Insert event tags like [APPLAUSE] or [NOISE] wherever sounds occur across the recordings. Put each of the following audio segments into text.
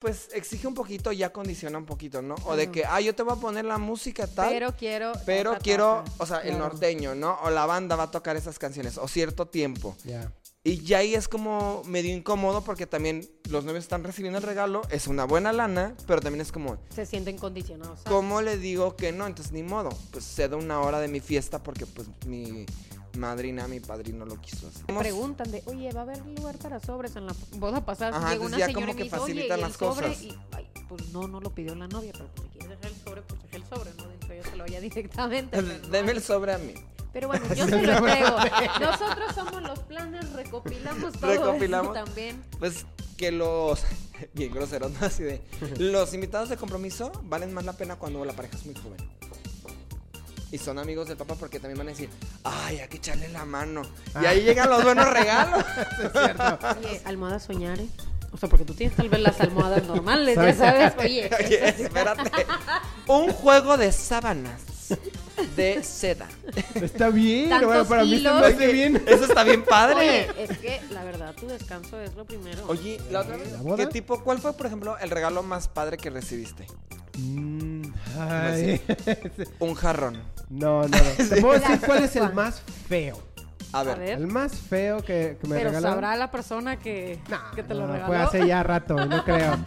pues exige un poquito y acondiciona un poquito, ¿no? O de que, ah, yo te voy a poner la música tal. Pero quiero. pero otra quiero, cosa. o sea, el Claro. norteño, ¿no? O la banda va a tocar esas canciones, o cierto tiempo. Ya. Y ya ahí es como medio incómodo porque también los novios están recibiendo el regalo, es una buena lana, pero también es como, Se sienten condicionados. ¿cómo le digo que no? Entonces ni modo, pues cedo una hora de mi fiesta porque pues mi madrina, mi padrino lo quiso así. Preguntan de, oye, ¿va a haber lugar para sobres en la boda pasada? Ajá, Llegó entonces una ya señora como y que me dice, oye, facilitan ¿y el las cosas. sobre? Y, ay, pues no, no lo pidió la novia, pero pues, si quieres dejar el sobre, pues deja el sobre, ¿no? De hecho, yo se lo haría [LAUGHS] directamente. Pues, pero no. Deme el sobre a mí. Pero bueno, [LAUGHS] yo se lo entrego. Nosotros somos los planes, recopilamos todo Recopilamos. [LAUGHS] eso también. Pues que los. [LAUGHS] Bien groseros, ¿no? Así de. Los invitados de compromiso valen más la pena cuando la pareja es muy joven. Y son amigos del papá porque también van a decir, ay, hay que echarle la mano. Y ahí llegan los buenos [LAUGHS] regalos. Oye, almohadas soñar, ¿eh? O sea, porque tú tienes tal vez las almohadas normales, ya ¿Sabes? sabes. [LAUGHS] Oye, Oye, espérate. Un juego de sábanas de seda. Está bien, Tantos bueno, para mí se me hilos. hace bien. Eso está bien padre. oye, es que la verdad, tu descanso es lo primero. Oye, la otra vez, ¿La boda? ¿qué tipo, cuál fue, por ejemplo, el regalo más padre que recibiste? Mm, ay. Un jarrón. No, no, no. Te puedo decir cuál es el más feo. A ver. A ver. El más feo que, que me ¿Eh? Pero regalaron. sabrá la persona que, No, que te no, lo regaló. Fue hace ya rato, [LAUGHS] no creo.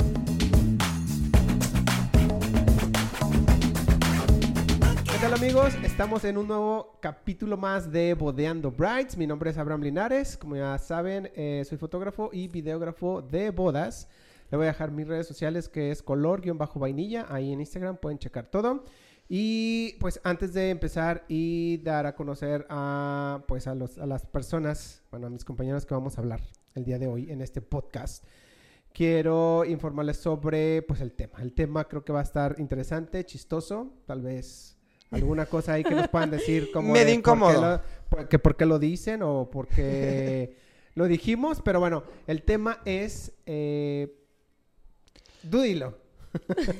¿Qué tal amigos? Estamos en un nuevo capítulo más de Bodeando Brides. Mi nombre es Abraham Linares. Como ya saben, eh, soy fotógrafo y videógrafo de bodas. Le voy a dejar mis redes sociales que es color-vainilla. Ahí en Instagram pueden checar todo. Y pues antes de empezar y dar a conocer a, pues, a, los, a las personas, bueno, a mis compañeros que vamos a hablar el día de hoy en este podcast, quiero informarles sobre pues el tema. El tema creo que va a estar interesante, chistoso, tal vez alguna cosa ahí que nos [LAUGHS] puedan decir como Medio de incómodo. Por qué lo, por- que por qué lo dicen o [LAUGHS] por qué lo dijimos, pero bueno, el tema es eh, dúdilo.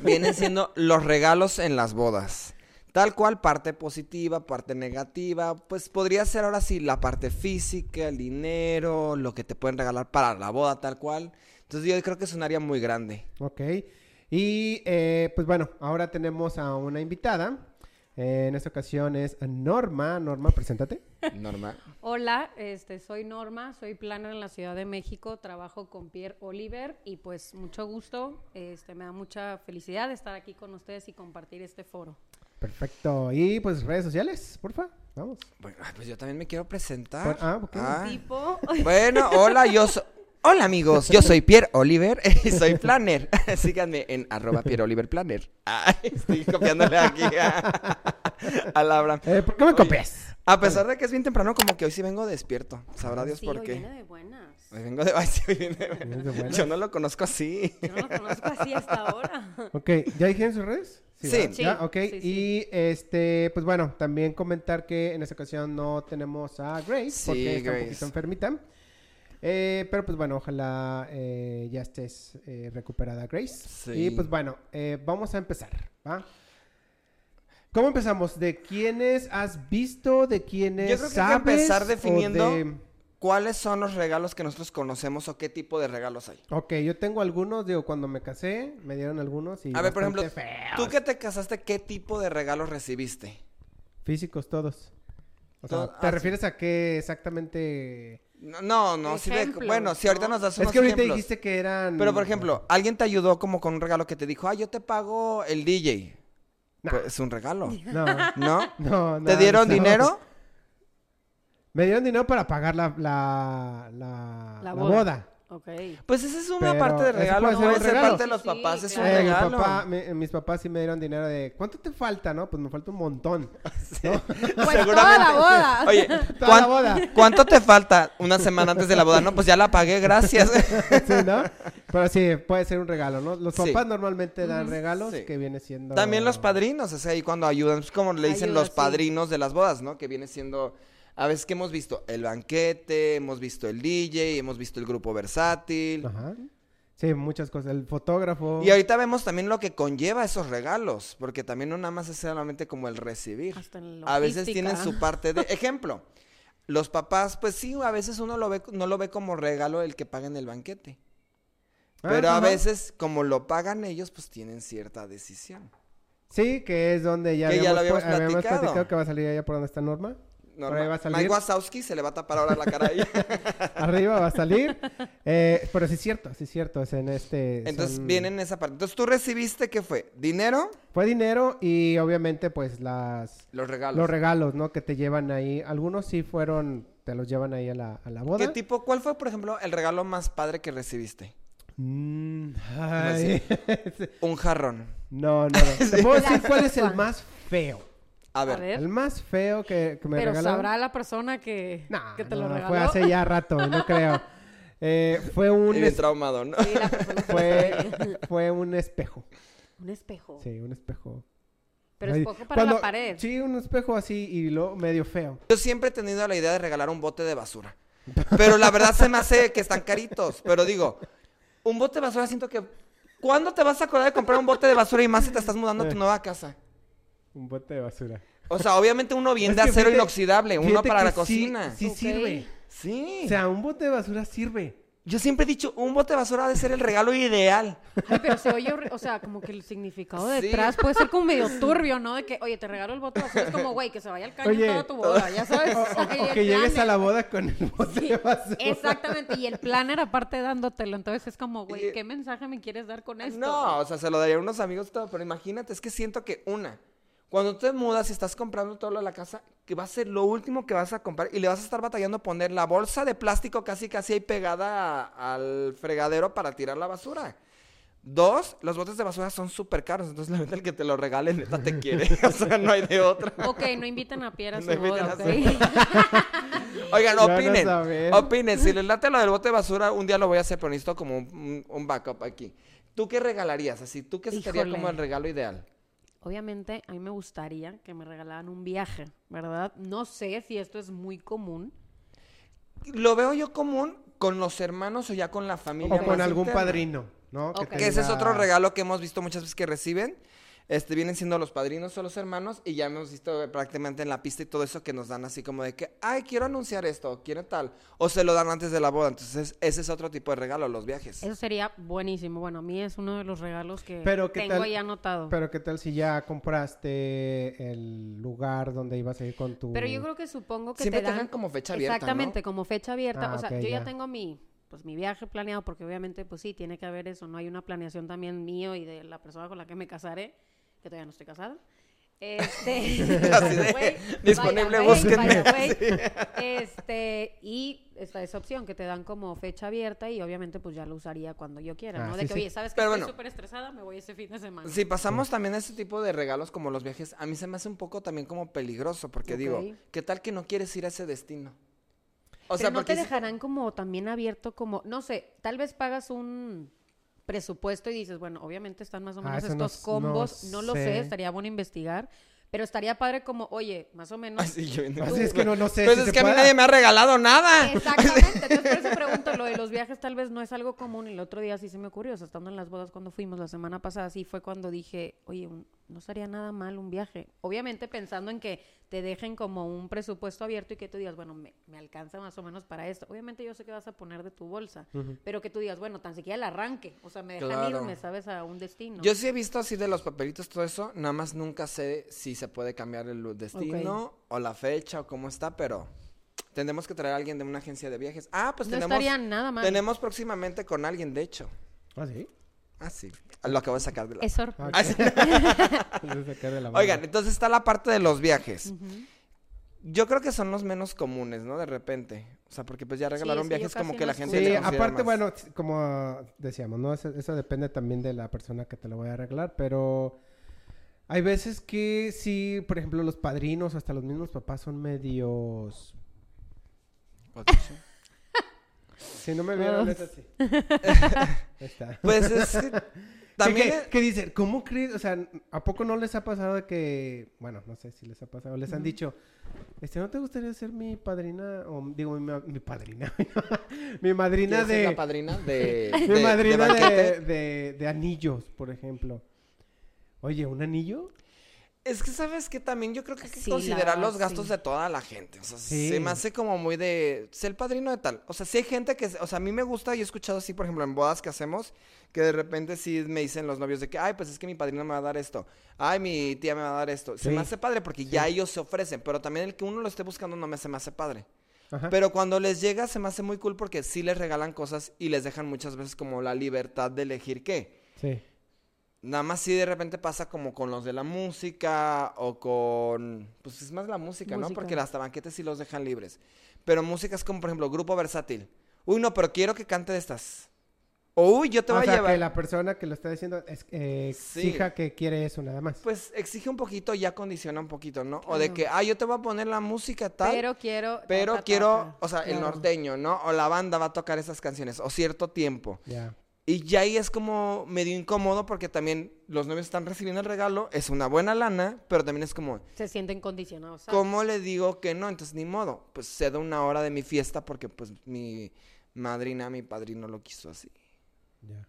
vienen siendo los regalos en las bodas. Tal cual, parte positiva, parte negativa. Pues podría ser ahora sí la parte física, el dinero, lo que te pueden regalar para la boda, tal cual. Entonces yo creo que es un área muy grande. Ok. Y eh, pues bueno, ahora tenemos a una invitada. Eh, en esta ocasión es Norma. Norma, preséntate. Normal. Hola, este, soy Norma, soy planner en la Ciudad de México, trabajo con Pierre Oliver y pues mucho gusto, este, me da mucha felicidad estar aquí con ustedes y compartir este foro. Perfecto. Y pues redes sociales, porfa. Vamos. Bueno, ay, pues yo también me quiero presentar. Por- ah, ok. Ah. Tipo, Bueno, hola, yo soy... Hola amigos, yo soy Pierre Oliver [LAUGHS] y soy planner. [LAUGHS] Síganme en arroba Pierre Oliver Planner. Ay, estoy copiándole aquí a, a Laura. Eh, ¿Por qué me Oye, copias? A pesar de que es bien temprano, como que hoy sí vengo despierto. Sabrá Dios sí, por hoy qué. viene de buenas. Hoy vengo de... [LAUGHS] Ay, sí, hoy viene de- Vienes de buenas. Yo no lo conozco así. [LAUGHS] Yo no lo conozco así hasta [LAUGHS] ahora. Ok, ¿ya dijeron sus redes? Sí. ¿verdad? Sí, Ya, ok. sí, sí. Y este, pues bueno, también comentar que en esta ocasión no tenemos a Grace Sí, porque está Grace. un poquito enfermita. Eh, pero pues bueno, ojalá eh, ya estés eh, recuperada, Grace. Sí. Y pues bueno, eh, vamos a empezar, ¿va? ¿Cómo empezamos? ¿De quiénes has visto? ¿De quiénes Yo creo que hay que sabes? empezar ¿O definiendo de- ¿Cuáles son los regalos que nosotros conocemos o qué tipo de regalos hay? Ok, yo tengo algunos, digo, cuando me casé, me dieron algunos y A ver, por ejemplo, bastante feos. tú que te casaste, ¿qué tipo de regalos recibiste? Físicos todos. O sea, Todo- ¿te ah, sí. refieres a qué exactamente? No, no, no sí de- Ejemplos, bueno, si ahorita ¿no? nos das unos Es que ahorita ejemplos. dijiste que eran... Pero, por ejemplo, alguien te ayudó como con un regalo que te dijo, ah, yo te pago el DJ. Nah. Pues es un regalo, No, [LAUGHS] ¿no? [LAUGHS] no, no. ¿Te dieron no. dinero? Me dieron dinero para pagar la, la, la, La la boda. boda. Ok. Pues esa es una Pero parte de eso regalo, puede no ser un puede ser regalo. parte de los Sí, papás, es un claro. Eh, mi regalo. papá- mi- mis papás sí me dieron dinero de... ¿Cuánto te falta, no? Pues me falta un montón. [LAUGHS] Pues [LAUGHS] toda la boda. Oye, Toda ¿cuán- la boda. ¿cuánto te falta una semana antes de la boda? No, pues ya la pagué, gracias. [LAUGHS] Sí, ¿no? Pero sí, puede ser un regalo, ¿no? Los Sí. papás normalmente dan regalos sí. que viene siendo... También los padrinos, o sea, ahí cuando ayudan, es como le dicen Ayuda, los sí. padrinos de las bodas, ¿no? Que viene siendo, a veces que hemos visto el banquete, hemos visto el DJ, hemos visto el grupo versátil. Ajá. Sí, muchas cosas. El fotógrafo. Y ahorita vemos también lo que conlleva esos regalos, porque también no nada más es solamente como el recibir. Hasta en A veces logística. tienen su parte de ejemplo. Los papás, pues sí, a veces uno lo ve, no lo ve como regalo el que paguen el banquete. Pero a ajá. veces, como lo pagan ellos, pues tienen cierta decisión. Sí, que es donde ya, Que ya lo habíamos, habíamos habíamos platicado. platicado que va a salir allá por donde está Norma. Por ahí va a salir. Mike Wazowski se le va a tapar ahora la cara ahí. [LAUGHS] Arriba va a salir. Eh, pero sí es cierto, sí es cierto. Es en este. [LAUGHS] Entonces son- vienen esa parte. Entonces tú recibiste, ¿qué fue? ¿Dinero? Fue dinero y obviamente, pues las. Los regalos. Los regalos, ¿no? Que te llevan ahí. Algunos sí fueron. Te los llevan ahí a la, a la boda. ¿Qué tipo? ¿Cuál fue, por ejemplo, el regalo más padre que recibiste? Mm, ay. Un jarrón. [LAUGHS] [LAUGHS] no, no, no. Te puedo decir cuál es el más feo. A ver. A ver. El más feo que, que me Pero regalaron. sabrá la persona que, Nah, que te no, lo regaló. fue hace ya rato, [LAUGHS] no creo. Eh, fue un Y es- bien traumado, [LAUGHS] ¿no? Sí, la persona que fue, lo regaló. fue un espejo. Un espejo. Sí, un espejo. Pero Ay, espejo para cuando- la pared. Sí, un espejo así y lo medio feo. Yo siempre he tenido la idea de regalar un bote de basura. Pero la verdad se me hace que están caritos. Pero digo, un bote de basura siento que... ¿Cuándo te vas a acordar de comprar un bote de basura y más si te estás mudando a Eh. tu nueva casa? Un bote de basura. O sea, obviamente uno bien de Es que acero fíjate- inoxidable, uno fíjate para que la sí- cocina. Sí, Sí, Ok. sirve. O sea, un bote de basura sirve. Yo siempre he dicho, un bote de basura ha de ser el regalo ideal. Ay, pero se oye, horri- o sea, como que el significado Sí. detrás puede ser [LAUGHS] como medio turbio, ¿no? De que, oye, te regalo el bote de basura. Es como, güey, que se vaya al caño Oye. toda tu boda, ya sabes. O, o- Ay, o el que llegues a planner. la boda con el bote Sí, de basura. Exactamente, y el planner aparte dándotelo, entonces es como, Y- güey, ¿qué mensaje me quieres dar con esto? No, o sea, se lo daría a unos amigos y todo, pero imagínate, es que siento que una, cuando te mudas y estás comprando todo lo de la casa, que va a ser lo último que vas a comprar y le vas a estar batallando poner la bolsa de plástico casi casi ahí pegada a- al fregadero para tirar la basura. Dos, los botes de basura son súper caros, entonces la neta el que te lo regalen, neta te quiere, [LAUGHS] o sea, no hay de otra. Ok, no inviten a Pierre [LAUGHS] a No su inviten boda, a su ok. Oigan, Van a opinen. saber. Opinen. Si les late lo del bote de basura, un día lo voy a hacer, pero necesito como un, un- un backup aquí. ¿Tú qué regalarías? Así, ¿tú qué sería Híjole. como el regalo ideal? [LAUGHS] Obviamente, a mí me gustaría que me regalaran un viaje, ¿verdad? No sé si esto es muy común. Lo veo yo común con los hermanos o ya con la familia. O con más algún interna. padrino, ¿no? Ok. Que ese es diga- otro regalo que hemos visto muchas veces que reciben. Este, vienen siendo los padrinos o los hermanos y ya hemos visto eh, prácticamente en la pista y todo eso que nos dan así como de que, ay, quiero anunciar esto, o quiero tal, o se lo dan antes de la boda. Entonces, ese es otro tipo de regalo, los viajes. Eso sería buenísimo. Bueno, a mí es uno de los regalos que Pero, ¿qué tengo tal- ahí anotado. Pero, Pero qué tal si ya compraste el lugar donde ibas a ir con tu... yo creo que supongo que Siempre te te dan... dejan como fecha abierta, ¿no? Exactamente, como fecha abierta. Ah, o sea, ok, yo ya, ya. tengo mi pues mi viaje planeado porque obviamente pues sí, tiene que haber eso, no hay una planeación también mío y de la persona con la que me casaré, que todavía no estoy casada. Este, [LAUGHS] Así de, güey, disponible, by the way, by búsquenme. the way. Este, y está esa opción que te dan como fecha abierta y obviamente pues ya lo usaría cuando yo quiera, Ah, ¿no? sí, De que, sí. oye, ¿sabes que Pero estoy bueno. súper estresada? Me voy ese fin de semana. Si pasamos también a este tipo de regalos como los viajes, a mí se me hace un poco también como peligroso, porque digo, Ok. ¿qué tal que no quieres ir a ese destino? O Pero no te porque si- dejarán como también abierto como, no sé, tal vez pagas un presupuesto y dices, bueno, obviamente están más o Ah, menos eso no estos s- no combos, no, lo sé, sé. estaría bueno investigar, pero estaría padre como, oye, más o [LAUGHS] menos. Ay, sí, yo bien- [LAUGHS] Así es que Ah, no, no sé Pues si es se que a mí pueda. nadie me ha regalado nada. Exactamente, entonces por [LAUGHS] eso pregunto, lo de los viajes tal vez no es algo común, el otro día sí se me ocurrió, o sea, estando en las bodas cuando fuimos la semana pasada, sí fue cuando dije, oye, un- no estaría nada mal un viaje, obviamente pensando en que te dejen como un presupuesto abierto y que tú digas, bueno, me, me alcanza más o menos para esto, obviamente yo sé que vas a poner de tu bolsa, pero que tú digas, bueno, tan siquiera el arranque, o sea, me dejan Claro. irme, ¿sabes? A un destino. Yo sí he visto así de los papelitos todo eso, nada más nunca sé si se puede cambiar el destino o la fecha o cómo está, pero tendremos que traer a alguien de una agencia de viajes. Ah, pues No tenemos estaría nada mal. tenemos próximamente con alguien de hecho. ¿Ah, sí? Ah, sí. Lo acabo de sacar de la Es sorpresa. [LAUGHS] Ah, sí. Entonces, sacar Pues de la mano. Oigan, entonces está la parte de los viajes. Yo creo que son los menos comunes, ¿no? De repente. O sea, porque pues ya regalaron sí, yo viajes como casi que no la gente... escucho. le Sí, considera aparte, más. bueno, t- como decíamos, ¿no? Eso, eso depende también de la persona que te lo vaya a arreglar, pero hay veces que sí, por ejemplo, los padrinos, hasta los mismos papás son medios... [LAUGHS] Si no me vieron, es así. Ahí está. Pues es... que También... ¿Qué, es- dicen? ¿Cómo crees? O sea, ¿a poco no les ha pasado de que, bueno, no sé si les ha pasado, les han dicho, este, ¿no te gustaría ser mi padrina? O digo, mi, ma- mi padrina. [LAUGHS] mi madrina ¿Quieres ser de... la padrina [LAUGHS] de... Mi madrina de, banquete? de- de anillos, por ejemplo. Oye, ¿un anillo? Es que sabes que también yo creo que hay que Sí, la considerar verdad, los gastos sí. de toda la gente. O sea, Sí. se me hace como muy de ser el padrino de tal. O sea, si hay gente que, o sea, a mí me gusta y he escuchado así, por ejemplo, en bodas que hacemos, que de repente sí me dicen los novios de que, ay, pues es que mi padrino me va a dar esto. Ay, mi tía me va a dar esto. Se Sí. me hace padre porque ya ellos se ofrecen, pero también el que uno lo esté buscando no me se me hace padre. Ajá. Pero cuando les llega se me hace muy cool porque sí les regalan cosas y les dejan muchas veces como la libertad de elegir qué. Sí. Nada más si de repente pasa como con los de la música o con... Pues es más la música, ¿no? Música. Porque hasta banquetes sí los dejan libres. Pero música es como, por ejemplo, grupo versátil. Uy, no, pero quiero que cante de estas. O, uy, yo te o voy sea, a llevar... que la persona que lo está diciendo es, eh, Sí. exija que quiere eso nada más. Pues exige un poquito, ya condiciona un poquito, ¿no? O de Claro. que, ah, yo te voy a poner la música tal. Pero quiero. ta, Pero ta, ta, quiero, ta. o sea, el Claro. norteño, ¿no? O la banda va a tocar esas canciones, o cierto tiempo. Ya. Y ya ahí es como medio incómodo porque también los novios están recibiendo el regalo, es una buena lana, pero también es como, Se sienten condicionados. ¿sabes? ¿cómo le digo que no? Entonces, ni modo, pues cedo una hora de mi fiesta porque pues mi madrina, mi padrino lo quiso así. ya.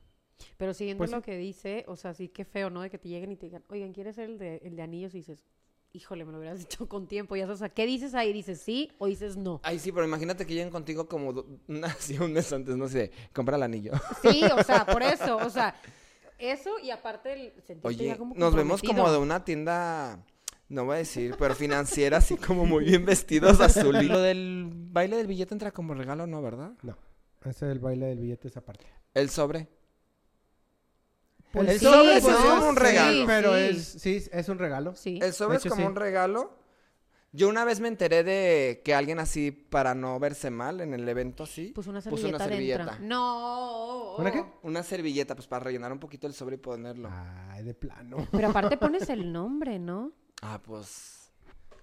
Pero siguiendo Pues lo sí. que dice, o sea, sí que feo, ¿no? De que te lleguen y te digan, oigan, ¿quieres el de, el de anillos? Y dices, híjole, me lo hubieras [LAUGHS] dicho con tiempo. Ya sabes, o sea, ¿qué dices ahí? ¿Dices sí o [LAUGHS] dices no? Ay, sí, pero imagínate que lleguen contigo como do- [LAUGHS] así un mes antes, no sé, compra el anillo. Sí, o sea, por eso, o sea, eso y aparte el [LAUGHS] sentirte Oye, ya como nos vemos como de comprometido. una tienda, no voy a decir, pero financiera, así como muy bien [LAUGHS] vestidos azul. Y lo del baile del billete entra como regalo, ¿no? ¿Verdad? No. Ese es el baile del billete, esa parte. El sobre. Pues el sí, sobre pues, ¿no? es como un Sí, regalo. pero sí. es, sí, es un regalo. Sí. El sobre De es hecho, como sí. un regalo. Yo una vez me enteré de que alguien así, para no verse mal en el evento así, Puso Pues una puso servilleta, dentro. No. ¿Una qué? Una servilleta, pues para rellenar un poquito el sobre y ponerlo. Ah, Ay, de plano. Pero [LAUGHS] aparte pones el nombre, ¿no? pues.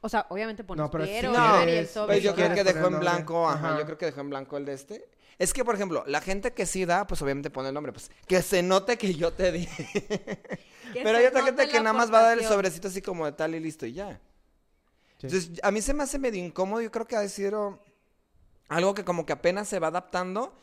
O sea, obviamente pones No, pero si Piero, quieres, Iván y el sobre. Pues yo ¿no? creo que Poner dejó en nombre. blanco, ajá, Ajá. yo creo que dejó en blanco el de este. Es que, por ejemplo, la gente que sí da, pues obviamente pone el nombre, pues que se note que yo te di. Que Pero se hay otra gente note que la nada más va a dar el aportación. sobrecito así como de tal y listo y ya. Sí. Entonces, a mí se me hace medio incómodo. Yo creo que ha sido algo que como que apenas se va adaptando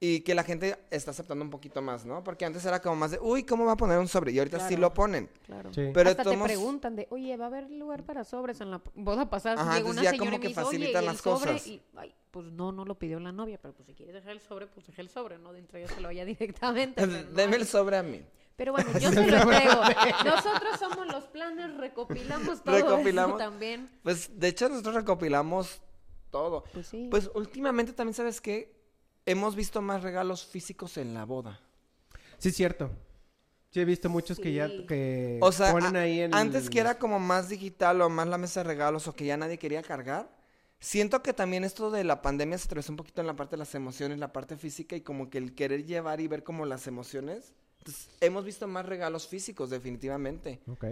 y que la gente está aceptando un poquito más, ¿no? Porque antes era como más de, uy, ¿cómo va a poner un sobre? Y ahorita sí Claro. lo ponen. Claro. Sí. Pero Hasta tomos- te preguntan de, oye, ¿va a haber lugar para sobres en la boda Ajá, pasada? Llegó entonces una ya señora como y que me dice, facilitan "Oye, ¿y el las sobre?" cosas. Y, ay, pues no, no lo pidió la novia, pero pues si quieres dejar el sobre, pues deja el sobre, ¿no? Dentro yo se lo vaya [LAUGHS] directamente. pero no [LAUGHS] Deme hay- el sobre a mí. [LAUGHS] Pero bueno, yo se lo entrego. Nosotros somos los planes, recopilamos todo Recopilamos. eso también. Pues, de hecho, nosotros recopilamos todo. Pues sí. Pues últimamente también, ¿sabes qué? Hemos visto más regalos físicos en la boda. Sí, es cierto. Sí, he visto muchos que ya Sí. que O sea, ponen a- ahí en antes que era como más digital o más la mesa de regalos o que ya nadie quería cargar, siento que también esto de la pandemia se atravesó un poquito en la parte de las emociones, la parte física y como que el querer llevar y ver como las emociones. Entonces, hemos visto más regalos físicos definitivamente Ok.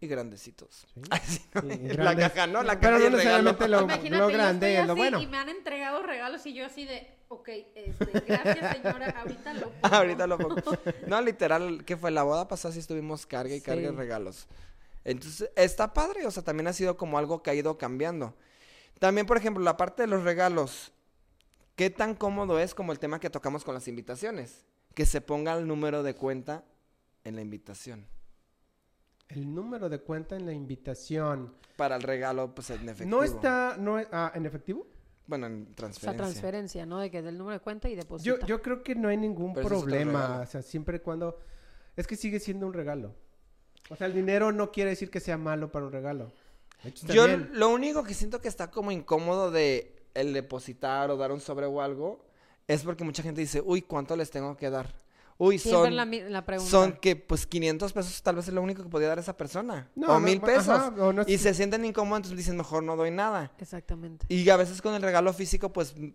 y grandecitos. Sí. [LAUGHS] Ay, sí, no, [LAUGHS] Sí, y la grandes. caja, ¿no? La caja y Pero no el regalo. necesariamente lo, Imagínate, lo yo grande estoy es lo así bueno. Y me han entregado regalos y yo así de, ok, este, gracias señora, ahorita lo pongo. [LAUGHS] Ahorita lo pongo. No, literal, que fue la boda pasada, sí estuvimos carga y carga de Sí. regalos. Entonces, está padre, o sea, también ha sido como algo que ha ido cambiando. También, por ejemplo, la parte de los regalos, ¿qué tan cómodo es como el tema que tocamos con las invitaciones? Que se ponga el número de cuenta en la invitación. El número de cuenta en la invitación. Para el regalo, pues en efectivo. No está, no es- ah, en efectivo. Bueno, en O sea, transferencia. transferencia, ¿no? De que del número de cuenta y deposita. Yo, yo creo que no hay ningún Pero eso es otro problema. regalo. O sea, siempre y cuando. Es que sigue siendo un regalo. O sea, el dinero no quiere decir que sea malo para un regalo. De hecho, está Yo bien. lo único que siento que está como incómodo de el depositar o dar un sobre o algo es porque mucha gente dice, uy, ¿cuánto les tengo que dar? Uy, Siempre son, la, mi- la pregunta. son que pues 500 pesos tal vez es lo único que podía dar esa persona. No, o no, mil ajá, pesos. o no es- y se sienten incómodos, entonces dicen, mejor no doy nada. Exactamente. Y a veces con el regalo físico, pues, m-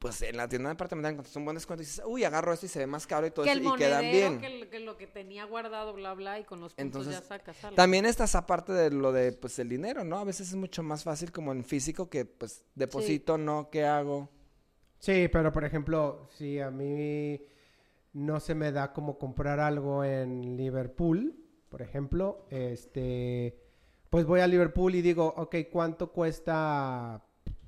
pues en la tienda departamental encuentras un buen descuento y dices, uy, agarro esto y se ve más caro y todo que el eso. pues, Y monedero, quedan bien. Que, el- que lo que tenía guardado, bla, bla, y con los puntos Entonces, ya sacas algo. También está esa parte de lo de, pues, el dinero, ¿no? A veces es mucho más fácil como en físico que, pues, deposito, no, ¿qué hago? Sí, pero por ejemplo, si a mí no se me da como comprar algo en Liverpool, por ejemplo, este. Pues voy a Liverpool y digo, ok, ¿cuánto cuesta,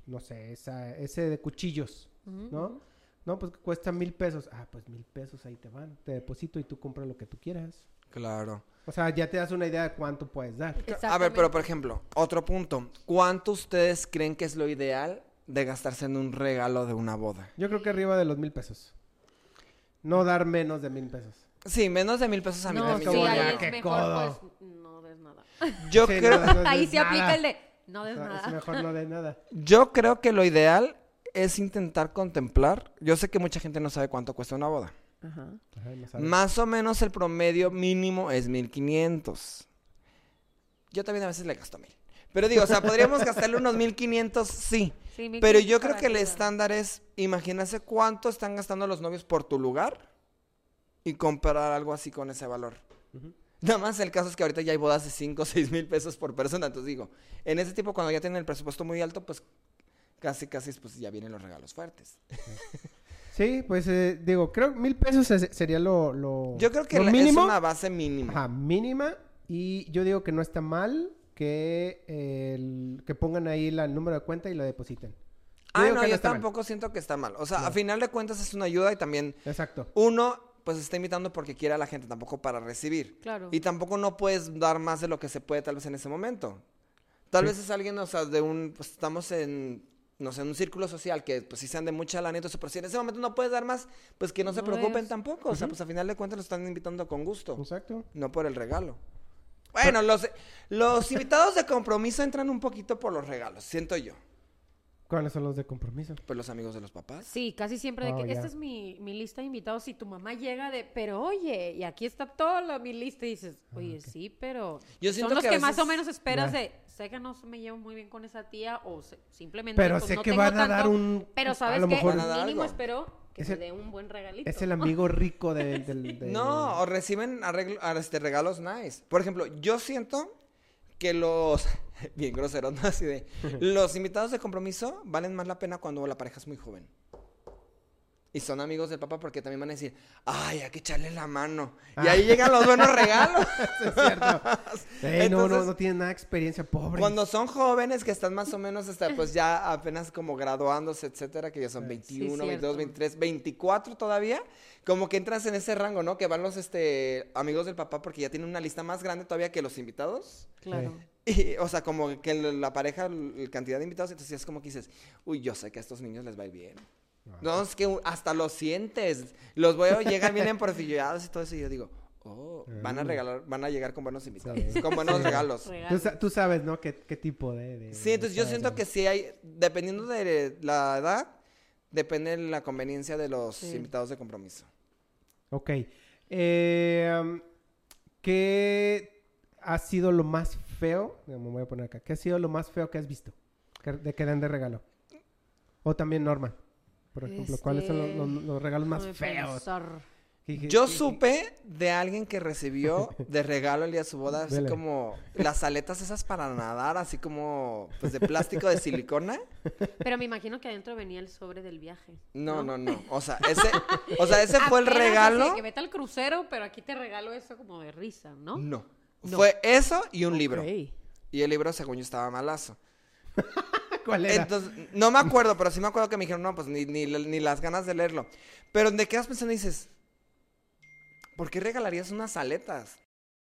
no sé, esa- ese de cuchillos? Ujú, ¿no? ujú. No, pues cuesta mil pesos. Ah, pues mil pesos ahí te van. Te deposito y tú compras lo que tú quieras. Claro. O sea, ya te das una idea de cuánto puedes dar. A ver, pero pues, por ejemplo, otro punto. ¿Cuánto ustedes creen que es lo ideal de gastarse en un regalo de una boda? Yo creo que arriba de los mil pesos. No dar menos de mil pesos. Sí, menos de mil pesos a mí No, también. sí, como ahí ya, es qué mejor, codo. pues, no des nada. Yo Sí, creo... no, no, [LAUGHS] no ahí des se aplica nada. el de no O des sea, nada. es mejor no de nada. [LAUGHS] Yo creo que lo ideal es intentar contemplar. Yo sé que mucha gente no sabe cuánto cuesta una boda. Ajá. Ajá, no sabes. Más o menos el promedio mínimo es 1500. Yo también a veces le gasto mil. Pero digo, o sea, [LAUGHS] podríamos gastarle unos 1500, sí. Sí, mil Pero quinientos yo creo para que el arriba. estándar es, imagínate cuánto están gastando los novios por tu lugar y comparar algo así con ese valor. Nada más el caso es que ahorita ya hay bodas de [LAUGHS] 5 o 6 mil pesos por persona. Entonces digo, en ese tipo cuando ya tienen el presupuesto muy alto, pues casi, casi, pues ya vienen los regalos fuertes. Sí, pues eh, digo, creo que mil pesos es- sería lo, lo- Yo creo que Oh. lo la- mínimo. es una base mínima. Ajá, mínima. Y yo digo que no está mal que, eh, el- que pongan ahí la- el número de cuenta y lo depositen. Yo Ah, digo no, que yo está mal. tampoco siento que está mal. O sea, a final de cuentas es una ayuda y también Exacto. uno pues está invitando porque quiere a la gente, tampoco para recibir. Claro. Y tampoco no puedes dar más de lo que se puede tal vez en ese momento. Tal vez es alguien, o sea, de un, pues estamos en, no sé, en un círculo social que pues sí sean de mucha lana y todo eso, pero si en ese momento no puedes dar más, pues que no se No preocupen es. tampoco. O sea, pues a final de cuentas lo están invitando con gusto, Exacto. no por el regalo. Bueno, los, los invitados de compromiso entran un poquito por los regalos, siento yo. ¿Cuáles son los de compromiso? Pues los amigos de los papás. Sí, casi siempre de Oh, que ya. esta es mi, mi lista de invitados y tu mamá llega de, pero oye, y aquí está toda la- mi lista y dices, oye, sí, pero Yo son siento los que que, a más veces- o menos esperas Ah, Ya. de, sé que no se me llevo muy bien con esa tía o se- simplemente Pero pues, sé no que tengo van a tanto, dar un- a pero sabes lo que mejor- Van a dar mínimo algo. espero que Es me el- dé un buen regalito. Es el amigo rico del... del- [LAUGHS] del- No, o reciben arreglo- a- este, regalos nice. Por ejemplo, yo siento que los. [LAUGHS] Bien grosero, ¿no? Así de. Los invitados de compromiso valen más la pena cuando la pareja es muy joven. Y son amigos del papá porque también van a decir, ay, hay que echarle la mano. Y Ah. ahí llegan los buenos regalos. es cierto. Ey, Eh, no, no, Entonces- no tienen nada de experiencia, pobre. Cuando son jóvenes que están más o menos [LAUGHS] hasta pues ya apenas como graduándose, etcétera, que ya son 21, cierto. 22, 23, 24 todavía, como que entras en ese rango, ¿no? Que van los este amigos del papá porque ya tienen una lista más grande todavía que los invitados. Claro. Y, o sea, como que l- la pareja, la cantidad de invitados, entonces es como que dices, uy, yo sé que a estos niños les va a ir bien. No, es que u- hasta lo sientes. Los veo, llegan, vienen perfilados y todo eso, y yo digo, oh, van a regalar, van a llegar con buenos invitados, Mm. Sí. con buenos Sí. regalos. Tú, Regalos. sa- tú sabes, ¿no? ¿Qué, qué tipo de, de- Sí, entonces yo de- siento que sí hay, dependiendo de la edad, depende de la conveniencia de los Sí. invitados de compromiso. Ok. Eh, um, ¿Qué ha sido lo más feo? Mira, Me voy a poner acá. ¿Qué ha sido lo más feo que has visto? Que- ¿De que dan de regalo? O también Norma. Por ejemplo, ¿cuáles son los, Este, los- los regalos más Déjame feos? pensar. Que- que- Yo que- supe de alguien que recibió de regalo el día de su boda, así Vele. como las aletas esas para nadar, así como pues de plástico de silicona. Pero me imagino que adentro venía el sobre del viaje. No, no, no. O sea, ese, o sea, ese fue el Apenas así de regalo. Que vete al crucero, pero aquí te regalo eso como de risa, ¿no? No. No. Fue eso y un libro. Ok. Y el libro, según yo, estaba malazo. [LAUGHS] ¿Cuál era? Entonces, no me acuerdo, pero sí me acuerdo que me dijeron, no, pues ni, ni, ni las ganas de leerlo. Pero te quedas pensando y dices, ¿por qué regalarías unas aletas?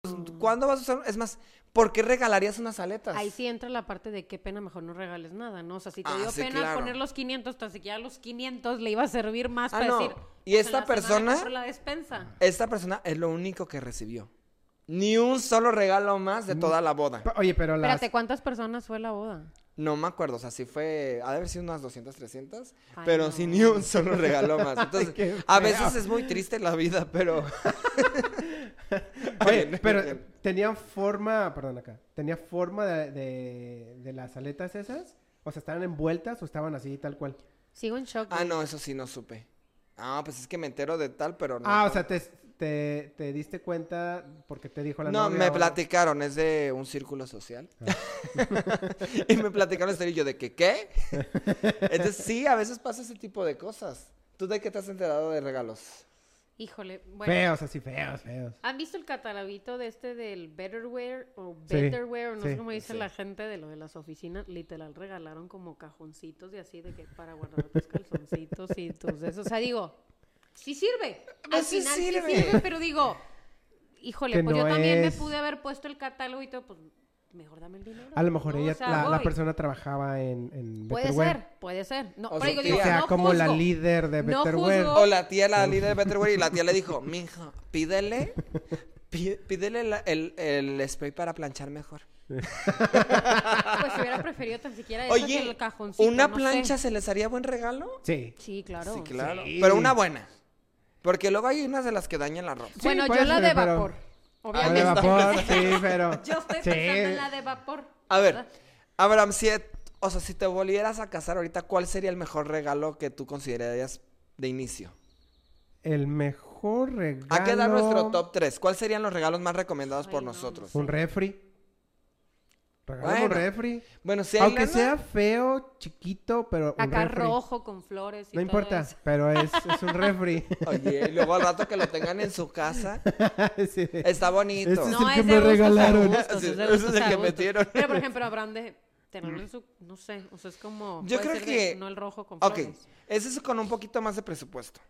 Pues, Mm. ¿Cuándo vas a usar? Es más, ¿por qué regalarías unas aletas? Ahí sí entra la parte de qué pena, mejor no regales nada, ¿no? O sea, si te Ah, dio sí, pena claro. poner los 500, tan siquiera los 500 le iba a servir más Ah, para no. decir... Y pues, en esta la semana persona- compro la despensa. Esta persona es lo único que recibió. Ni un solo regalo más de toda la boda. Mm. Pa- Oye, pero las... Espérate, ¿cuántas personas fue la boda? No me acuerdo, o sea, sí fue, ha de haber sido unas 200, 300, Ay, pero no. sin ni un solo regalo [LAUGHS] más. Entonces, qué a feo. veces es muy triste la vida, pero... [LAUGHS] [LAUGHS] Oye, pero tenían forma... Perdón acá. ¿Tenía forma de, de- de las aletas esas? O sea, ¿estaban envueltas o estaban así tal cual? Sigo en shock. Ah, güey. no, eso sí no supe. Ah, pues es que me entero de tal, pero no. Ah, o sea, te, te, te diste cuenta porque te dijo la No, novia Ah. me o algo. platicaron, es de un círculo social. [LAUGHS] y me platicaron la historia y yo de que, ¿qué? Entonces, sí, a veces pasa ese tipo de cosas. ¿Tú de qué te has enterado de regalos? Híjole, bueno. Feos, así feos, feos. ¿Han visto el catalabito de este del Betterware o Sí, Betterware? o no sí, sé cómo dice sí. la gente de lo de las oficinas. Literal, regalaron como cajoncitos y así de que para guardar tus calzoncitos y tus de esos. O sea, digo, sí sirve. Pues Al sí final sí sirve. sirve. pero digo, híjole, Ah, Que pues yo no también me es. pude haber puesto el catálogo y todo, pues mejor dame el dinero. A lo mejor ¿no? O ella, sea, la, la voy. persona trabajaba en, en Puede Betterware. ser, puede ser. No, O pero sea, digo, que digo, sea no como la juzgo. líder de No Betterware. juzgo. O la tía, la líder de Better Way, y la tía le dijo, mija, pídele, pí- pídele la- el, el spray para planchar mejor. Pues hubiera preferido tan siquiera eso que Oye, el cajoncito. ¿una no sé. plancha se les haría buen regalo? Sí. Sí, claro. Sí, claro. Sí. Pero una buena. Porque luego hay unas de las que dañan la ropa. Sí, Bueno, puede yo la ser, de pero- vapor. La "Ah, de Obviamente. vapor, [LAUGHS] sí, pero. Yo estoy sí. pensando en la de vapor. A ver, ¿verdad? Abraham, si, et- o sea, si te volvieras a casar ahorita, ¿cuál sería el mejor regalo que tú considerarías de inicio? El mejor regalo. Hay que dar nuestro top 3. ¿Cuáles serían los regalos más recomendados Ay, por no, nosotros? Un refri. Regálame un Bueno. refri. Bueno, si hay Aunque lana, [LAUGHS] sea feo, chiquito, pero. Un Acá refri. rojo con flores y todo No importa, eso. pero es, [LAUGHS] es un refri. [LAUGHS] Oye, y luego al rato que lo tengan en su casa, Sí. está bonito. Este es No, el que es me de gustos a regalaron. gustos, Sí, es ese de es gustos el a que gustos. metieron. Pero, por ejemplo, habrán de tenerlo en su... No sé, o sea, es como... Yo puede creo ser de- que- no el rojo con Ok, flores. ese es con un poquito más de presupuesto.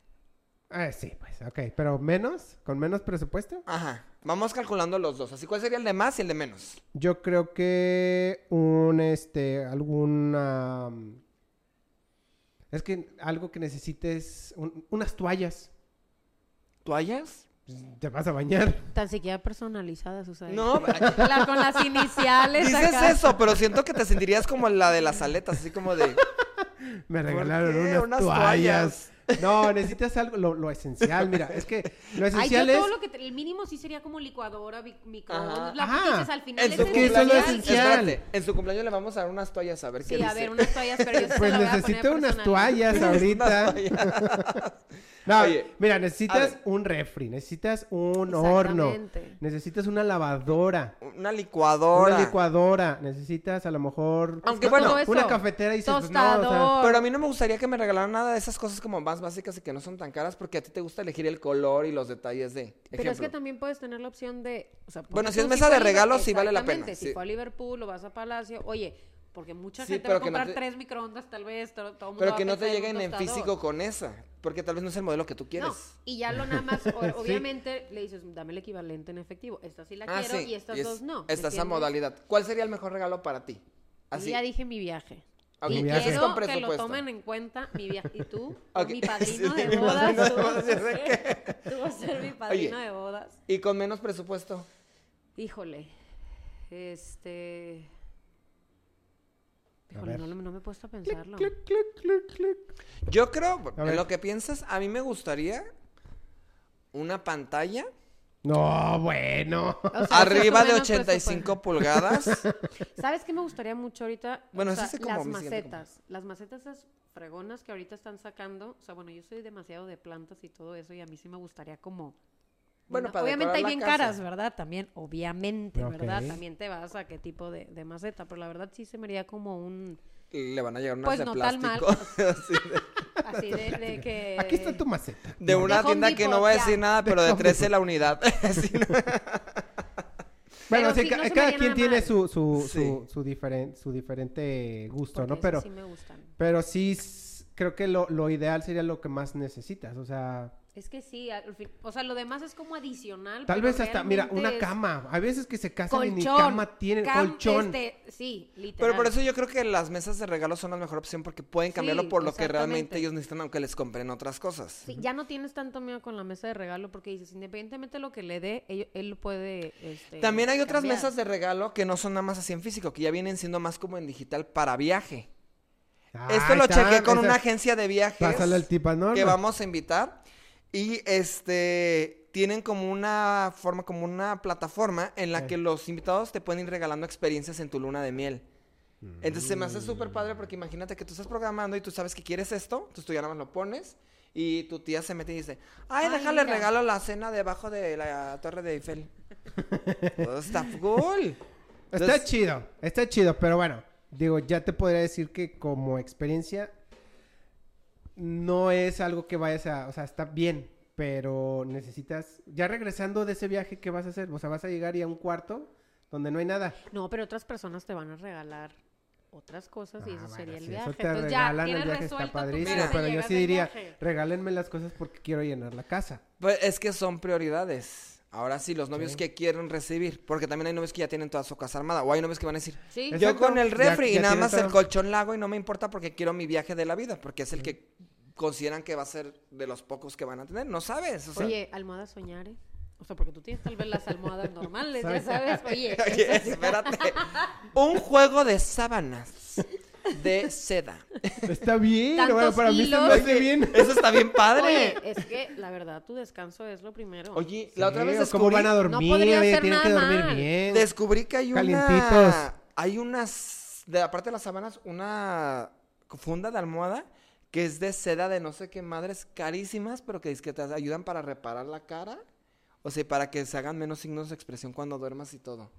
Ah, sí, pues, ok. Pero menos, con menos presupuesto. Ajá. Vamos calculando los dos. Así, ¿cuál sería el de más y el de menos? Yo creo que un, este, alguna... mm, Es que algo que necesites, un- unas toallas. ¿Toallas? Te vas a bañar. [LAUGHS] Tan siquiera personalizadas, o sea... No, La- con las [LAUGHS] iniciales dices acá. eso, pero siento que te sentirías como la de las aletas, así como de... Me ¿Por regalaron qué? unas, Unas toallas. No, necesitas algo, lo, lo esencial, mira, es que lo Ay, yo esencial es... todo lo que... te- el mínimo sí sería como licuadora, bi- microondas. Ajá. La Ajá. que dices al final su es que eso es lo esencial. esencial. espérate, en su cumpleaños le vamos a dar unas toallas a ver qué Sí, a dice. [LAUGHS] ver, unas toallas, pero yo sí se Pues la voy a poner necesito unas personal. toallas ahorita. No, Oye, mira, a necesitas ver. un refri, necesitas un horno, Exactamente. necesitas una lavadora, Una licuadora. una licuadora, necesitas a lo mejor Aunque no, bueno, no, Todo una eso. cafetera y dices, pues, no, o sea, Tostador. Pero a mí no me gustaría que me regalaran nada de esas cosas como más básicas y que no son tan caras porque a ti te gusta elegir el color y los detalles de... Pero es que Ejemplo. también puedes tener la opción de... o sea, Bueno, ponle si es tú, mesa fue de a Liber- regalos, sí vale la pena, Exactamente, Si sí. fue a Liverpool o vas a Palacio, oye, porque mucha Sí, gente pero va a que no comprar te- tres microondas tal vez, to- todo mundo va Pero a que no te pensar un lleguen en tostador. físico con esa, porque tal vez no es el modelo que tú quieres. No, y [LAUGHS] ya lo nada más, o- obviamente le dices, dame el equivalente en efectivo. Esta sí la Ah, quiero sí, y estas es- dos no. Esta es la ¿entiendes? modalidad. ¿Cuál sería el mejor regalo para ti? Yo Así. ya dije mi viaje. Ok, Y mi viaje. Es quiero con que lo presupuesto. tomen en cuenta mi viaje. ¿Y tú? [LAUGHS] Ok. Mi padrino Sí, [LAUGHS] de mi bodas. padrino de Tú vas a bodas, ya sé ser- tú vas a ser mi padrino de bodas. Y con menos presupuesto. Híjole. Este. A Híjole, ver. no, lo- no me he puesto a pensarlo. clic, clic, clic, clic. Yo creo, A ver. en lo que piensas, a mí me gustaría una pantalla No, bueno. O sea, arriba sí, de menos 85 [LAUGHS] pulgadas. presupuesto. ¿Sabes qué me gustaría mucho ahorita? Bueno, O eso sea, sí como las me siento como- macetas. Las macetas esas fregonas que ahorita están sacando. O sea, bueno, yo soy demasiado de plantas y todo eso y a mí sí me gustaría como. Bueno, una- para obviamente decorar hay la bien casa. caras, ¿verdad? También, obviamente, ¿verdad? Ok. También te vas a qué tipo de, de maceta, pero la verdad sí se me haría como un Le van a llegar unas Pues de no tan mal. plástico. [LAUGHS] así de [LAUGHS] así de, [LAUGHS] de que Aquí está tu maceta. de De una Home tienda que no Depot, voy a ya. decir nada, pero de Home 13 la unidad. [LAUGHS] Sí, no. Bueno, Pero sí, sí, ca- no se me cada haría quien nada tiene mal. su, su, su, Sí. su, diferen- su diferente gusto, porque ¿no? esas Pero, sí me gustan. pero sí, s- creo que lo, lo ideal sería lo que más necesitas, o sea... Es que sí, al fin- o sea, lo demás es como adicional. Tal pero vez hasta, mira, realmente una es cama. Hay veces que se casan y ni Colchón. cama tienen, cam- colchón. este, sí, literal. Pero por eso yo creo que las mesas de regalo son la mejor opción porque pueden cambiarlo Sí, por lo que realmente exactamente. ellos necesitan, aunque les compren otras cosas. Sí, ya no tienes tanto miedo con la mesa de regalo porque dices, independientemente de lo que le dé, ello- él, lo puede. este, También hay otras cambiar. mesas de regalo que no son nada más así en físico, que ya vienen siendo más como en digital para viaje. Ah, Esto lo ahí está, chequé con esa- una agencia de viajes. Pásale al tipa, ¿no? que vamos a invitar. Y este tienen como una forma, como una plataforma en la Ok. que los invitados te pueden ir regalando experiencias en tu luna de miel. Entonces se me hace súper padre porque imagínate que tú estás programando y tú sabes que quieres esto, entonces tú ya nada más lo pones y tu tía se mete y dice, ay, Ay, déjale mira. regalo la cena debajo de la torre de Eiffel. Todo está cool. Está Entonces, chido, está chido, pero bueno, digo, ya te podría decir que como experiencia no es algo que vayas a, o sea, está bien, pero necesitas, ya regresando de ese viaje, ¿qué vas a hacer? O sea, vas a llegar y a un cuarto donde no hay nada. No, pero otras personas te van a regalar otras cosas y Ah, eso bueno, sería el si viaje. Eso te Entonces ya regalan, el tienes viaje resuelto está tu plan padrísimo, de pero yo llegas sí de diría, viaje. regálenme las cosas porque quiero llenar la casa. pues, es que son prioridades. Ahora sí, los novios que quieren recibir, porque también hay novios que ya tienen toda su casa armada, o hay novios que van a decir, Sí. Es- yo Exacto, con el ya- refri ya y nada tienen más el todo. colchón lago y no me importa porque quiero mi viaje de la vida, porque es el que consideran que va a ser de los pocos que van a tener, no sabes, o sea, Oye, almohadas soñares. O sea, porque tú tienes tal vez las almohadas normales, ya ¿Sabes? sabes. [LAUGHS] Oye, [LAUGHS] Oye, espérate. Un juego de sábanas de seda. [LAUGHS] Está bien, Tantos bueno, para mí se me hilos. hace bien. Eso está bien padre. oye, es que la verdad tu descanso es lo primero. Oye, la otra Sí, vez o ¿Cómo descubrí, van a dormir? podría Oye, hacer tienen que nada dormir mal. bien. descubrí que hay una Calientitos. hay unas de aparte de las sábanas una funda de almohada que es de seda de no sé qué madres carísimas, pero que, es que te ayudan para reparar la cara, o sea, para que se hagan menos signos de expresión cuando duermas y todo.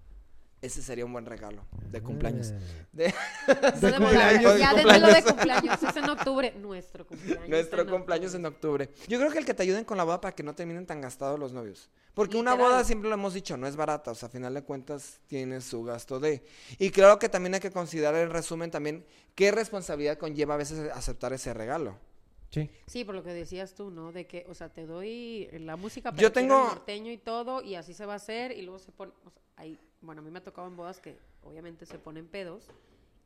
Ese sería un buen regalo de cumpleaños. De- Eso de cumpleaños, [LAUGHS] volada. de Ya desde lo de cumpleaños. cumpleaños. Es en octubre. Nuestro cumpleaños. Nuestro en cumpleaños en octubre. Yo creo que el que te ayuden con la boda para que no terminen tan gastados los novios. Porque una Literal. boda, siempre lo hemos dicho, no es barata. O sea, a final de cuentas tiene su gasto de... Y claro que también hay que considerar en resumen también qué responsabilidad conlleva a veces aceptar ese regalo. Sí. Sí, por lo que decías tú, ¿no? De que, o sea, te doy la música, pero Yo quiero tengo- el norteño y todo, y así se va a hacer, y luego se pone, o sea, hay- bueno, a mí me ha tocado en bodas que obviamente se ponen pedos,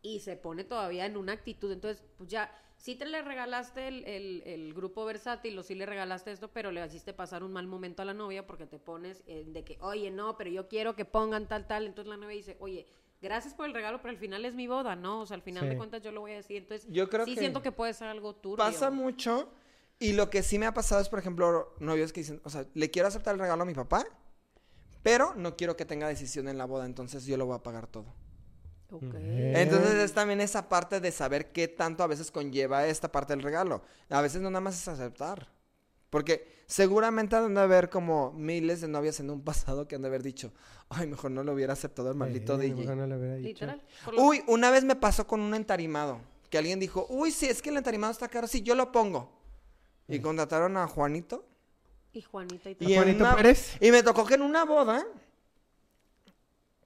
y se pone todavía en una actitud, entonces, pues ya, sí te le regalaste el, el- el grupo versátil, o sí le regalaste esto, pero le hiciste pasar un mal momento a la novia porque te pones eh, de que, oye, no, pero yo quiero que pongan tal, tal, entonces la novia dice, oye, gracias por el regalo, pero al final es mi boda, ¿no? O sea, al final Sí. de cuentas yo lo voy a decir, entonces, Yo creo sí que- siento que puede ser algo turbio. Pasa mucho. Y lo que sí me ha pasado es, por ejemplo, novios que dicen, o sea, le quiero aceptar el regalo a mi papá, pero no quiero que tenga decisión en la boda, entonces yo lo voy a pagar todo. Ok. Entonces es también esa parte de saber qué tanto a veces conlleva esta parte del regalo. A veces no nada más es aceptar. Porque seguramente han de haber como miles de novias en un [LAUGHS] pasado que han de haber dicho, ay, mejor no lo hubiera aceptado el Este maldito Eh, DJ. mejor no lo hubiera dicho. Literal. por lo- Uy, una vez me pasó con un entarimado, que alguien dijo, uy, sí, es que el entarimado está caro, sí, yo lo pongo. Eh. Y contrataron a Juanito. Y Juanita y todo. Y, en Juanito una- Pérez. y me tocó que en una boda,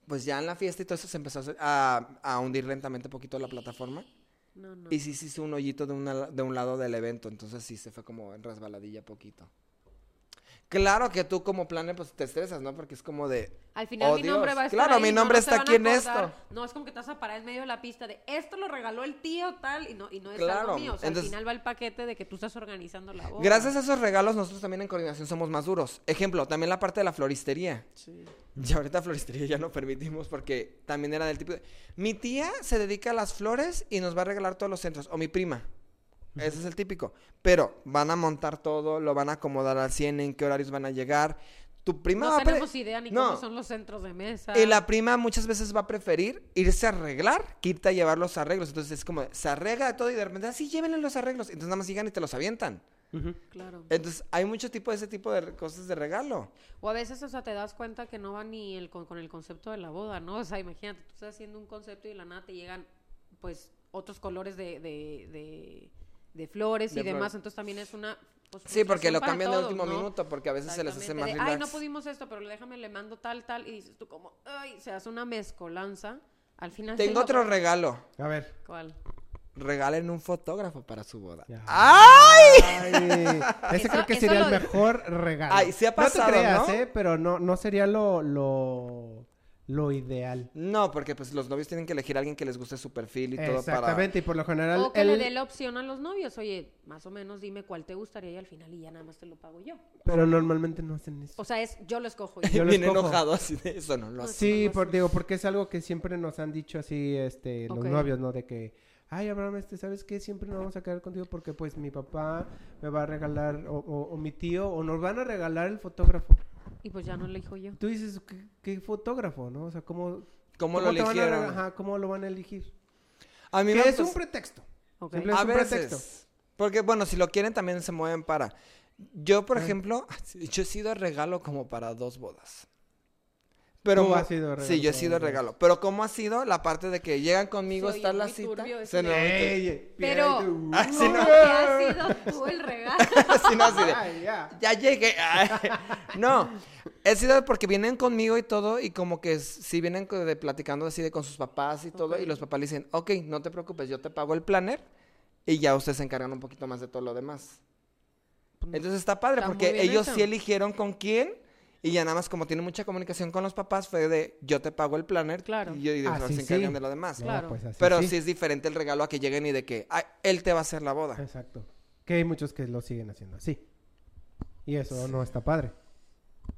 pues ya en la fiesta y todo eso se empezó a, hacer- a- a hundir lentamente poquito la plataforma. No, no. Y sí se hizo un hoyito de, una- de un lado del evento, entonces sí se fue como en resbaladilla poquito. Claro que tú como planner pues te estresas, ¿no? Porque es como de... Al final "Oh, mi nombre Dios, va a estar Claro, ahí, mi no, nombre no se está van a aquí en acordar. esto. No, es como que te vas a parar en medio de la pista de esto lo regaló el tío tal y no, y no es Claro, algo mío. O sea, entonces- al final va el paquete de que tú estás organizando la boda. Gracias a esos regalos nosotros también en coordinación somos más duros. Ejemplo, también la parte de la floristería. Sí. Y ahorita floristería [LAUGHS] ya no permitimos porque también era del tipo de... Mi tía se dedica a las flores y nos va a regalar todos los centros. O mi prima. Ese es el típico. Pero van a montar todo, lo van a acomodar al 100, en qué horarios van a llegar. Tu prima No va a... pre- tenemos idea ni No. cómo son los centros de mesa. Y la prima muchas veces va a preferir irse a arreglar, quita llevar los arreglos. Entonces es como, se arregla todo y de repente, así llévenle los arreglos. Entonces nada más llegan y te los avientan. Claro. Entonces hay mucho tipo de ese tipo de re- cosas de regalo. O a veces, o sea, te das cuenta que no va ni el, con, con el concepto de la boda, ¿no? O sea, imagínate, tú estás haciendo un concepto y de la nada te llegan, pues, otros colores de, de, de, de flores De y demás. flores. Entonces también es una... pues, Sí, porque frustración lo para cambian de todos, último ¿no? minuto porque a veces se les hace más Exactamente. relax. Ay, no pudimos esto, pero déjame, le mando tal, tal. Y dices tú como, ay, se hace una mezcolanza. Al final... Tengo se otro lo- regalo. A ver. ¿Cuál? Regalen un fotógrafo para su boda. Ya. ¡Ay! Ay, ese Eso- creo que eso sería lo- el mejor regalo. Ay, sí ha pasado, No te creas, ¿no? ¿eh? Pero no, no sería lo, lo, lo ideal. No, porque pues los novios tienen que elegir a alguien que les guste su perfil y todo para... [LAUGHS] Exactamente, y por lo general... O que el- le dé la opción a los novios. Oye, más o menos dime cuál te gustaría y al final y ya nada más te lo pago yo. Pero normalmente no hacen eso. O sea, es yo lo escojo. [LAUGHS] y Yo lo Bien escojo. enojado así de eso, no lo No, hace. Sí, no por, sé. digo, porque es algo que siempre nos han dicho así, este, los Ok. novios, ¿no? De que, ay, Abraham, este, ¿sabes qué? Siempre nos vamos a quedar contigo porque, pues, mi papá me va a regalar, o, o- o mi tío, o nos van a regalar el fotógrafo. Y pues ya no lo elijo yo. Tú dices, ¿qué, qué fotógrafo, no? O sea, ¿cómo, ¿Cómo, lo te van a rega- eligieron? ajá, ¿cómo lo van a elegir? A mí Que me es pas- un pretexto. Ok. Simple- es a un veces. pretexto. Porque, bueno, si lo quieren también se mueven para. Yo, por Ah. ejemplo, [LAUGHS] yo he sido regalo como para dos bodas. Pero Tú mu- has sido regalo Sí, yo he para sido dos bodas. regalo. Pero ¿cómo ha sido la parte de que llegan conmigo, Se está oye la muy cita? turbio se ese no- Ey, Pero, pierde- Ah, sí, ¿cómo [LAUGHS] no. que has sido tú el regalo? [LAUGHS] Sí, no, así de, Ay, ya. ya llegué. [LAUGHS] Ay, no, he sido porque vienen conmigo y todo, y como que s- sí vienen co- de, platicando así de con sus papás y todo, y los papás le dicen, ok, no te preocupes, yo te pago el planner, y ya ustedes se encargan un poquito más de todo lo demás. Entonces está padre Está muy porque bien ellos hecho. sí eligieron con quién Y ya nada más, como tiene mucha comunicación con los papás, fue de yo te pago el planner. Claro. Y yo y de- Ah, sí, se encargan sí. de lo demás. No, Claro. pues así Pero sí. es diferente el regalo a que lleguen y de que "Ay, él te va a hacer la boda. Exacto. Que hay muchos que lo siguen haciendo así. Y eso no está padre.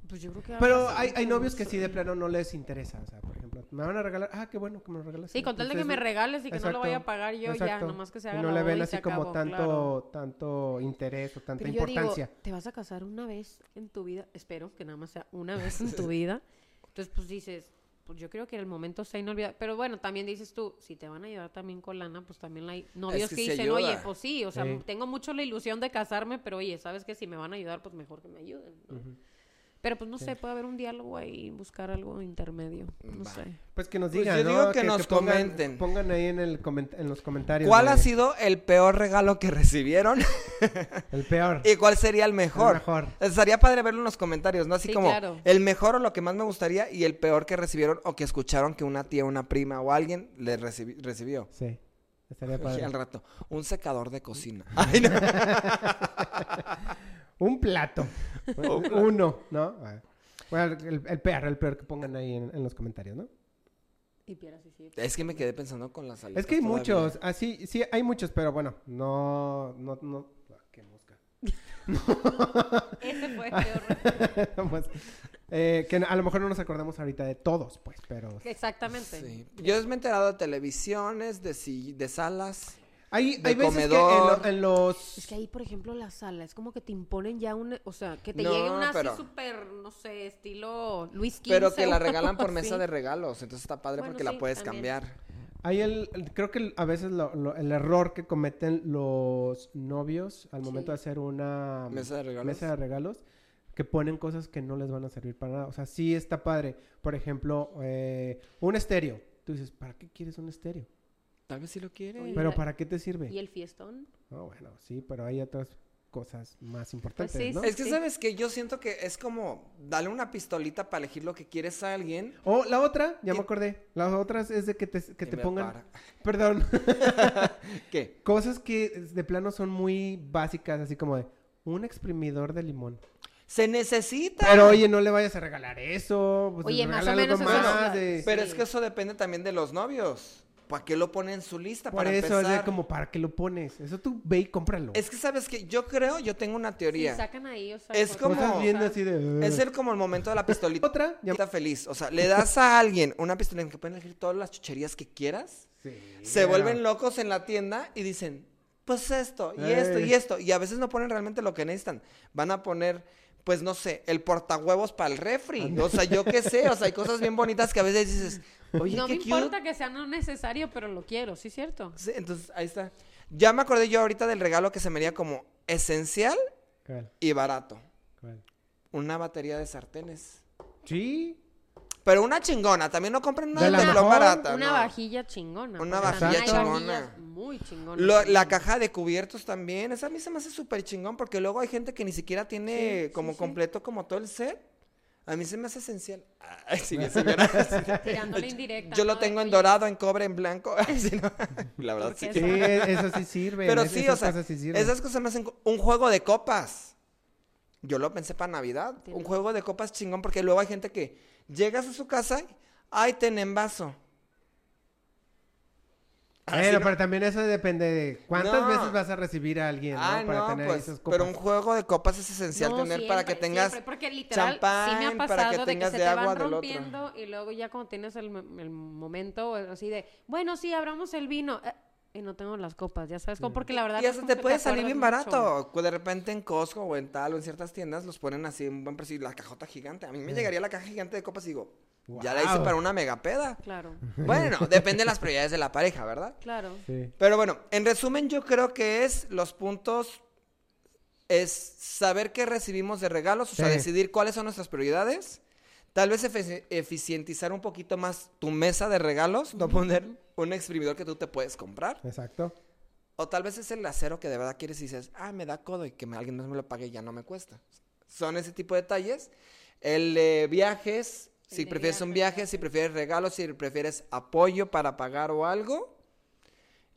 Pues yo creo que... Pero ambas, hay, hay ¿no? novios que sí de plano no les interesa. O sea, por ejemplo, me van a regalar. Ah, qué bueno que me lo regalas. Sí, con tal de que me Entonces, regales y que no exacto, lo vaya a pagar yo ya, exacto. nomás que se Y haga no la le boda ven y así se como acabó, tanto, claro. tanto interés o tanta Pero yo digo, importancia. te vas a casar una vez en tu vida, espero que nada más sea una vez en tu vida. Entonces, pues dices, pues yo creo que el momento sea inolvidable. Pero bueno, también dices tú, si te van a ayudar también con lana, pues también hay novios que que, se dicen, ayuda. oye, pues sí, o sea, Sí. tengo mucho la ilusión de casarme, pero oye, sabes que si me van a ayudar, pues mejor que me ayuden. ¿no? Pero pues no sé, puede haber un diálogo ahí, buscar algo intermedio, no Va. sé. Pues que nos Pues digan. yo digo ¿no? que nos pongan- comenten. Pongan ahí en, el coment- en los comentarios. ¿Cuál de- ha sido el peor regalo que [LAUGHS] recibieron? El peor. ¿Y cuál sería el mejor? El mejor. Estaría padre verlo en los comentarios, ¿no? Así Sí, como claro. el mejor o lo que más me gustaría y el peor que recibieron o que escucharon que una tía, una prima o alguien le recibi- recibió. Sí. [LAUGHS] Estaría Oye, padre. Al rato, un secador de [LAUGHS] cocina. Ay, no. [LAUGHS] Un plato. Uno, ¿no? Ah. Bueno, el, el peor, el peor que pongan ahí en, en los comentarios, ¿no? Y Piera sí, sí. Es que me quedé pensando con las alitas Es que hay todavía. muchos, así, sí, hay muchos, pero bueno, no, no, no. ah, Qué mosca. [LAUGHS] Ese fue el [LAUGHS] peor. Pues, eh, que a lo mejor no nos acordamos ahorita de todos, pues, pero. Exactamente. Sí. Yo me he enterado de televisiones, de, si- de salas. Hay, De hay veces comedor. que en, lo- en los. Es que ahí, por ejemplo, la sala, es como que te imponen ya un... O sea, que te No, llegue una pero- así súper, no sé, estilo Luis XV. Pero que o la algo regalan [LAUGHS] por mesa así. de regalos. Entonces está padre Bueno, porque la sí, puedes también. cambiar. Hay el, el- creo que el- a veces lo- lo- el error que cometen los novios al momento de hacer una ¿Mesa de regalos? mesa de regalos, que ponen cosas que no les van a servir para nada. O sea, sí está padre. Por ejemplo, eh, un estéreo. Tú dices, ¿para qué quieres un estéreo? Tal vez si lo Oye, quieren. Pero la- ¿para qué te sirve? ¿Y el fiestón? No, bueno, sí, pero hay otras cosas Pues más importantes, sí, ¿no? sí. Es que, ¿sabes que Yo siento que es como darle una pistolita para elegir lo que quieres a alguien O la otra, ya me Y- acordé. La otra es- es de que te, que Y te me pongan... para. [LAUGHS] Perdón. [LAUGHS] ¿Qué? Cosas que de plano son muy básicas, así como de un exprimidor de limón. Se necesita. Pero oye, no le vayas a regalar eso. Pues, Oye, más o regálale algo menos eso más es- de- Pero Sí. es que eso depende también de los novios. ¿Para qué lo ponen en su lista? Por para eso es de empezar? como, ¿para qué lo pones? Eso tú ve y cómpralo. Es que sabes que yo creo, yo tengo una teoría. Sí, sacan ahí, o sea... Es cosas- ¿Cómo como- estás viendo así de... es el como el momento de [LAUGHS] la pistolita Otra, ya- feliz. O sea, le das a alguien una pistolita en que pueden elegir todas las chucherías que quieras. Sí, Se ya. vuelven locos en la tienda y dicen, pues esto, y Eh. esto, y esto. Y a veces no ponen realmente lo que necesitan. Van a poner, pues no sé, el portahuevos para el refri. O sea, yo qué sé. O sea, hay cosas bien bonitas que a veces dices, oye, No qué me cute". importa que sea no necesario, pero lo quiero, ¿sí es cierto? Sí, entonces ahí está. Ya me acordé yo ahorita del regalo que se me haría como esencial ¿Cuál? y barato. ¿Cuál? Una batería de sartenes. Sí. Pero una chingona, también no compren una De de, la teflón mejor, barata. Una no. vajilla chingona. Una porque también vajilla hay chingona. vajillas muy chingona. Lo- la caja de cubiertos también. Esa a mí se me hace súper chingón porque luego hay gente que ni siquiera tiene Sí, sí, como sí. completo como todo el set. A mí se me hace [LAUGHS] esencial. Ay, si bien se viera así. Tirándole [LAUGHS] indirecta. Yo lo ¿no? tengo en Oye, dorado, en cobre, en blanco. [LAUGHS] Ay, sí, no. La verdad Porque sí. es- Sí, e-, eso sí sirve. Pero sí, o sea, cosas sí sirven. esas cosas me hacen co- un juego de copas. Yo lo pensé para Navidad. Un Tiene- juego de copas chingón, porque luego hay gente que llegas a su casa, ay, ten en vaso. Ah, sí, Bueno, ¿no? pero también eso depende de cuántas No. veces vas a recibir a alguien, ¿no? Ah, Para no, tener pues, esas copas. pero un juego de copas es esencial No, tener para que siempre, tengas siempre, porque literal, sí me champán, para que ha pasado de tengas que de se agua te del van otro. rompiendo y luego ya cuando tienes el, mo- el momento así de, bueno, sí, abramos el vino eh, y no tengo las copas, ya sabes, como porque la verdad y es eso como te que puede salir acuerdas bien mucho. barato. De repente en Costco o en tal o en ciertas tiendas los ponen así en buen precio. y La cajota gigante. A mí me llegaría la caja gigante de copas y digo, ya la hice Guau. para una mega [LAUGHS] peda. Claro, Bueno, depende de las prioridades de la pareja, ¿verdad? claro. Sí. Pero bueno, en resumen yo creo que es los puntos es saber qué recibimos de regalos, o sea, Sí. decidir cuáles son nuestras prioridades. Tal vez efe- eficientizar un poquito más tu mesa de regalos, no poner un exprimidor que tú te puedes comprar. Exacto. O tal vez es el acero que de verdad quieres y dices, ah, me da codo y que me- alguien más me lo pague y ya no me cuesta. Son ese tipo de detalles. El de viajes, El si de prefieres un viajes, viaje, si prefieres regalos, si prefieres apoyo para pagar o algo.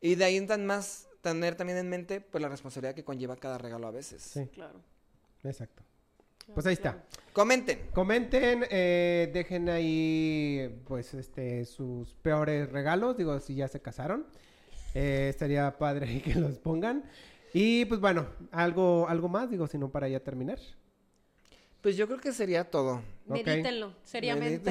Y de ahí en tan más tener también en mente pues la responsabilidad que conlleva cada regalo a veces. Sí, Claro. exacto. Pues ahí está. Comenten. Comenten, eh, dejen ahí, pues, este, sus peores regalos. Digo, si ya se casaron, eh, estaría padre [LAUGHS] ahí que los pongan. Y pues bueno, algo, algo más, digo, si no para ya terminar. Pues yo creo que sería todo. Ok. Medítenlo, seriamente.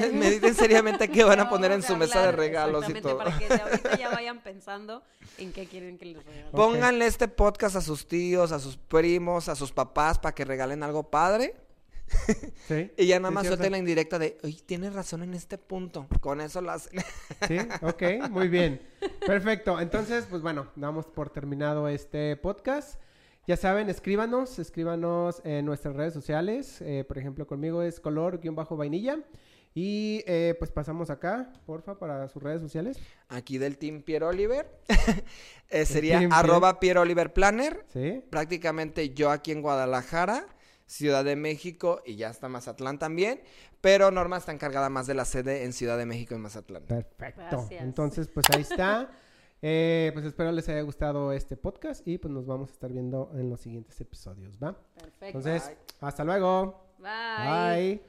[LAUGHS] Mediten, mediten seriamente qué van a No, poner en vamos su mesa de hablar regalos y exactamente, todo. Para que de [LAUGHS] ahorita ya vayan pensando en qué quieren que les regalen. Ok. Pónganle este podcast a sus tíos, a sus primos, a sus papás para que regalen algo padre. Sí. Y ya nada Sí, más sí, o suelten sea- la indirecta de, oye, tienes razón en este punto. Con eso las... Sí, ok, muy bien. Perfecto. Entonces, pues bueno, damos por terminado este podcast. Ya saben, escríbanos, escríbanos en nuestras redes sociales. Eh, por ejemplo, conmigo es color-vainilla. Y eh, pues pasamos acá, porfa, para sus redes sociales. [LAUGHS] Aquí del Team Pierre Oliver. [LAUGHS] Eh, Team sería Pierre. arroba Pierre Oliver Planner. Sí. prácticamente yo aquí en Guadalajara, Ciudad de México y ya está Mazatlán también, pero Norma está encargada más de la sede en Ciudad de México y Mazatlán. Perfecto. Gracias. Entonces, pues ahí está. Eh, pues espero les haya gustado este podcast y pues nos vamos a estar viendo en los siguientes episodios, ¿va? Perfecto. Entonces, hasta luego. Bye. Bye.